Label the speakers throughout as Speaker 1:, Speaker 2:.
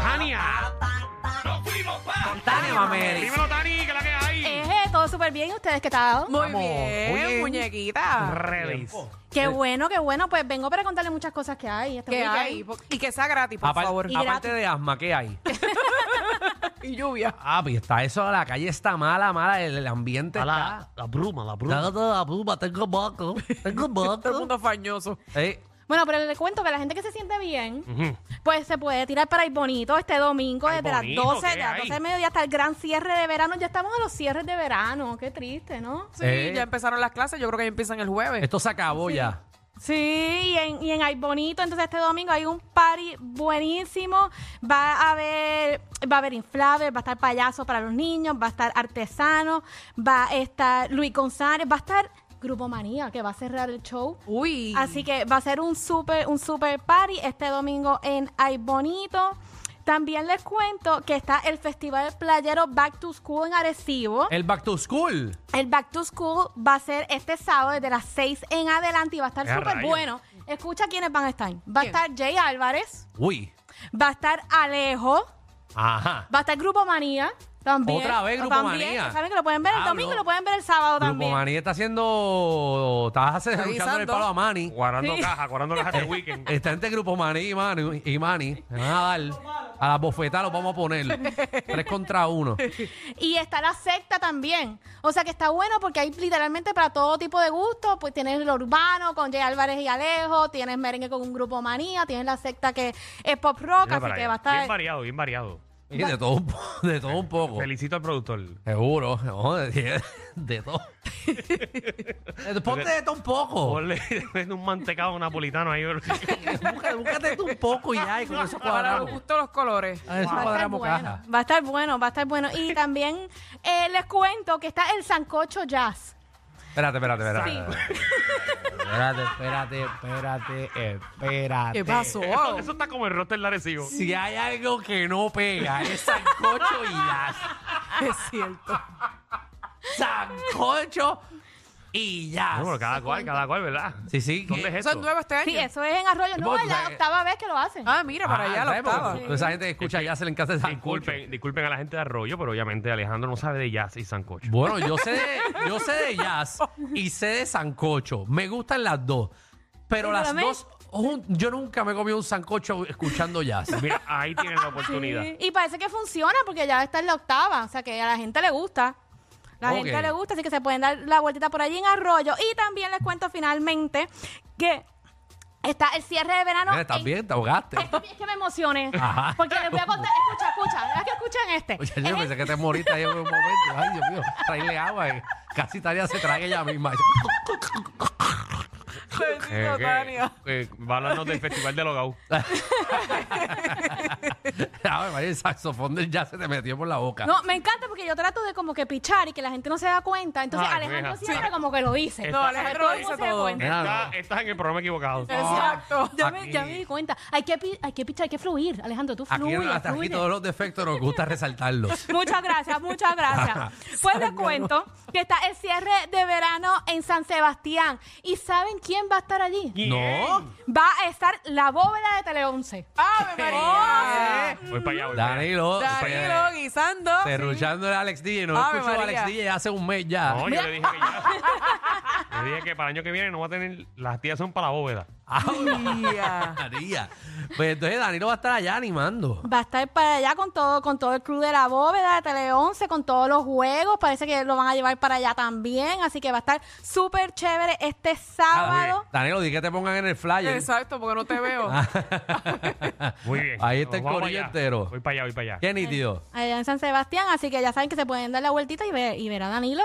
Speaker 1: Tania.
Speaker 2: Nos fuimos pa.
Speaker 1: Tania Mameri.
Speaker 2: Dímelo, Tani, que la que hay.
Speaker 3: Eje, Eh, todo súper bien. ¿Y ustedes qué tal?
Speaker 4: Muy
Speaker 1: Vamos,
Speaker 4: bien,
Speaker 1: muy bien.
Speaker 4: muñequita.
Speaker 1: Revis.
Speaker 3: Qué bueno, qué bueno. Pues vengo para contarles muchas cosas que hay. Este
Speaker 4: Que
Speaker 3: weekend.
Speaker 4: hay, po- y que sea gratis, por
Speaker 1: Apar-
Speaker 4: favor.
Speaker 3: Y
Speaker 1: aparte de asma, ¿qué hay?
Speaker 4: Y lluvia.
Speaker 1: Papi, está eso, la calle está mala, mala, el, el ambiente
Speaker 5: A
Speaker 1: está...
Speaker 5: la, la bruma, la bruma.
Speaker 1: Dale la pluma, tengo moco, tengo
Speaker 4: Todo el
Speaker 1: moco.
Speaker 4: mundo fañoso.
Speaker 1: Eh,
Speaker 3: Bueno, pero le cuento que la gente que se siente bien,
Speaker 2: Ujú.
Speaker 3: pues se puede tirar para el bonito este domingo
Speaker 2: Ay,
Speaker 3: desde
Speaker 2: bonito,
Speaker 3: las 12,
Speaker 2: ¿qué
Speaker 3: de las
Speaker 2: hay?
Speaker 3: 12 del mediodía hasta el gran cierre de verano. Ya estamos a los cierres de verano. Qué triste, ¿no?
Speaker 4: Sí,
Speaker 1: Eh.
Speaker 4: ya empezaron las clases, yo creo que ya empiezan el jueves.
Speaker 1: esto se acabó ya.
Speaker 3: Sí, y en, y en Ay Bonito, entonces este domingo hay un party buenísimo. Va a haber, va a haber inflables, va a estar payaso para los niños, va a estar artesano, va a estar Luis González, va a estar Grupo Manía, que va a cerrar el show.
Speaker 4: Uy.
Speaker 3: Así que va a ser un super, un super party este domingo en Ay Bonito. También les cuento que está el Festival Playero Back to School en Arecibo.
Speaker 1: El back to school.
Speaker 3: El Back to School va a ser este sábado desde las 6 en adelante y va a estar
Speaker 2: ¡Ah,
Speaker 3: súper
Speaker 2: rayos!
Speaker 3: bueno. Escucha quiénes van a estar. Va a
Speaker 4: ¿Quién?
Speaker 3: estar Jay Álvarez,
Speaker 1: Uy.
Speaker 3: va a estar Alejo,
Speaker 1: Ajá.
Speaker 3: va a estar Grupo Manía también.
Speaker 1: Otra vez Grupo
Speaker 3: También,
Speaker 1: Manía.
Speaker 3: que Saben que lo pueden ver el
Speaker 1: Diablo.
Speaker 3: domingo y lo pueden ver el sábado
Speaker 1: Grupo
Speaker 3: también.
Speaker 1: Mani está haciendo... Estás echando el
Speaker 4: Revisando.
Speaker 1: palo a Mani.
Speaker 2: Guardando
Speaker 3: Sí.
Speaker 2: caja, guardando caja este weekend.
Speaker 1: Está entre Grupo Mani y Mani. Y Mani. Le van a dar a la bofetada, los vamos a poner. Tres contra uno.
Speaker 3: Y está la secta también. O sea que está bueno porque hay literalmente para todo tipo de gustos. Pues tienes lo urbano con Jay Álvarez y Alejo, tienes merengue con un grupo manía, tienes la secta que es pop rock,
Speaker 2: Mira
Speaker 3: así
Speaker 2: para
Speaker 3: que
Speaker 2: allá.
Speaker 3: va a estar.
Speaker 2: Bien variado, bien variado.
Speaker 1: Y de todo un, po- de todo un poco.
Speaker 2: Felicito al productor.
Speaker 1: Seguro. no, de, de todo. Ponte de todo un poco.
Speaker 2: Ponle un mantecado napolitano ahí.
Speaker 1: Búscate, búscate tú un poco y ya, y con eso
Speaker 4: Para los
Speaker 1: cuadramos.
Speaker 4: gustos los colores.
Speaker 1: Con eso
Speaker 3: Va a estar
Speaker 1: cuadramos
Speaker 3: bueno,
Speaker 1: caja.
Speaker 3: Va a estar bueno, va a estar bueno. Y también eh, les cuento que está el Sancocho Jazz.
Speaker 1: Espérate, espérate, espérate.
Speaker 3: Sí.
Speaker 1: Espérate, espérate, espérate, espérate.
Speaker 4: ¿Qué pasó?
Speaker 2: Eso está como el roster larecido.
Speaker 1: Si hay algo que no pega, es sancocho y jazz.
Speaker 4: es cierto.
Speaker 1: Sancocho y jazz.
Speaker 2: Bueno, cada cual, cada cual, ¿verdad?
Speaker 1: Sí, sí.
Speaker 2: ¿Dónde
Speaker 1: que-
Speaker 2: es
Speaker 4: Eso es
Speaker 2: esto?
Speaker 4: nuevo este año.
Speaker 3: Sí, eso es en Arroyo. No,
Speaker 1: Vos,
Speaker 3: es la
Speaker 1: eh,
Speaker 3: octava vez que lo hacen.
Speaker 4: Ah, mira, para allá
Speaker 1: Ah,
Speaker 4: la
Speaker 1: ¿sabes? Porque
Speaker 4: octava.
Speaker 1: Toda esa gente que escucha jazz se le encanta el sancocho.
Speaker 2: Disculpen, disculpen a la gente de Arroyo, pero obviamente Alejandro no sabe de jazz y sancocho.
Speaker 1: Bueno, yo sé, de, yo sé de jazz y sé de sancocho. Me gustan las dos. Pero
Speaker 3: Pero
Speaker 1: las
Speaker 3: me-
Speaker 1: dos, jun- yo nunca me he comido un sancocho escuchando jazz.
Speaker 2: Mira, ahí tienen la oportunidad.
Speaker 3: Sí, Y parece que funciona porque ya está en la octava. O sea que a la gente le gusta. La
Speaker 1: Ok.
Speaker 3: gente le gusta, así que se pueden dar la vueltita por allí en Arroyo. Y también les cuento finalmente que está el cierre de verano.
Speaker 1: Mira,
Speaker 3: en-
Speaker 1: también te ahogaste.
Speaker 3: Es que- es que me emocioné.
Speaker 1: Ajá.
Speaker 3: Porque les voy a contar. Escucha, escucha. Es que escuchen este.
Speaker 1: Oye,
Speaker 3: Es
Speaker 1: yo
Speaker 3: el-
Speaker 1: pensé que te moriste ahí en un momento. Ay, Dios mío, traerle agua. eh. Casi Tania se trae ella misma.
Speaker 2: Eh,
Speaker 4: Bendito,
Speaker 2: que-
Speaker 4: Tania.
Speaker 2: eh, va a hablarnos del Festival de Logau.
Speaker 1: A ver, María, el saxofón del jazz se te metió por la boca.
Speaker 3: No, me encanta porque yo trato de como que pichar y que la gente no se da cuenta. Entonces
Speaker 2: Ay,
Speaker 3: Alejandro
Speaker 2: mija.
Speaker 3: siempre como que lo dice.
Speaker 2: No,
Speaker 4: Alejandro
Speaker 3: Todo el
Speaker 4: lo
Speaker 3: mundo
Speaker 4: dice
Speaker 3: se da
Speaker 4: todo.
Speaker 3: cuenta.
Speaker 1: Mira, no.
Speaker 2: Está- Estás en el programa equivocado. Ah,
Speaker 4: Exacto.
Speaker 3: Ya me, ya
Speaker 1: Aquí-
Speaker 3: me di cuenta. Hay que, pi- hay que pichar, hay que fluir. Alejandro, tú
Speaker 1: Aquí,
Speaker 3: fluye,
Speaker 1: hasta aquí
Speaker 3: fluye.
Speaker 1: todos los defectos nos gusta resaltarlos.
Speaker 3: Muchas gracias, muchas gracias. Pues les cuento que está el cierre de verano en San Sebastián. ¿Y saben quién va a estar allí?
Speaker 2: ¿Quién?
Speaker 1: No.
Speaker 3: Va a estar la bóveda de Tele 11.
Speaker 4: ¡Ave María!
Speaker 2: Voy para allá, voy para allá.
Speaker 1: Danilo, pues,
Speaker 4: Danilo guisando.
Speaker 1: cerruchando el Alex DJ. No
Speaker 4: Ave
Speaker 1: escucho a Alex
Speaker 4: María.
Speaker 1: DJ hace un mes ya.
Speaker 2: No, yo le dije que ya. Le dije que para el año que viene no va a tener. Las tías son para la bóveda.
Speaker 4: María.
Speaker 1: María. Pues entonces Danilo va a estar allá animando.
Speaker 3: Va a estar para allá con todo, con todo el crew de la bóveda de Tele 11, con todos los juegos. Parece que lo van a llevar para allá también. Así que va a estar súper chévere este sábado.
Speaker 1: Danilo, di que te pongan en el flyer.
Speaker 4: Exacto, porque no te veo.
Speaker 2: Muy bien.
Speaker 1: Ahí está el
Speaker 2: Vamos
Speaker 1: corillo
Speaker 2: allá.
Speaker 1: entero.
Speaker 2: Voy para allá, voy para allá.
Speaker 1: Qué nítido.
Speaker 3: Allá en San Sebastián, así que ya saben que se pueden dar la vueltita y ver, y ver a Danilo.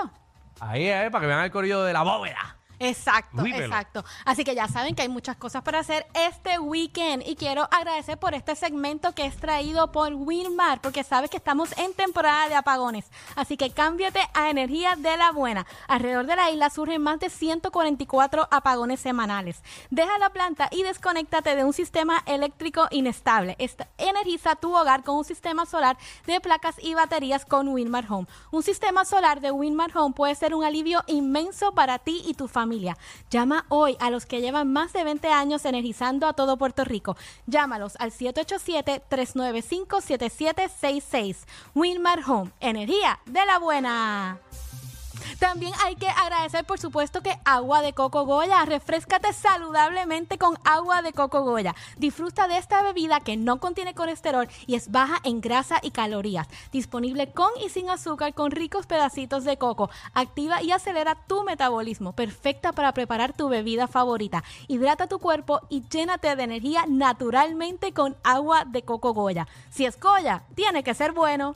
Speaker 1: Ahí es, para que vean el corillo de la bóveda.
Speaker 3: Exacto,
Speaker 2: Dímelo.
Speaker 3: exacto. Así que ya saben que hay muchas cosas para hacer este weekend y quiero agradecer por este segmento que es traído por Wilmar, porque sabes que estamos en temporada de apagones. Así que cámbiate a energía de la buena. Alrededor de la isla surgen más de 144 apagones semanales. Deja la planta y desconéctate de un sistema eléctrico inestable. Esta- energiza tu hogar con un sistema solar de placas y baterías con Wilmar Home. Un sistema solar de Wilmar Home puede ser un alivio inmenso para ti y tu familia familia. Llama hoy a los que llevan más de 20 años energizando a todo Puerto Rico. Llámalos al 787-395-7766. Wilmar Home, energía de la buena. También hay que agradecer, por supuesto, que Agua de Coco Goya. Refrescate saludablemente con Agua de Coco Goya. Disfruta de esta bebida que no contiene colesterol y es baja en grasa y calorías. Disponible con y sin azúcar con ricos pedacitos de coco. Activa y acelera tu metabolismo. Perfecta para preparar tu bebida favorita. Hidrata tu cuerpo y llénate de energía naturalmente con Agua de Coco Goya. Si es Goya, tiene que ser bueno.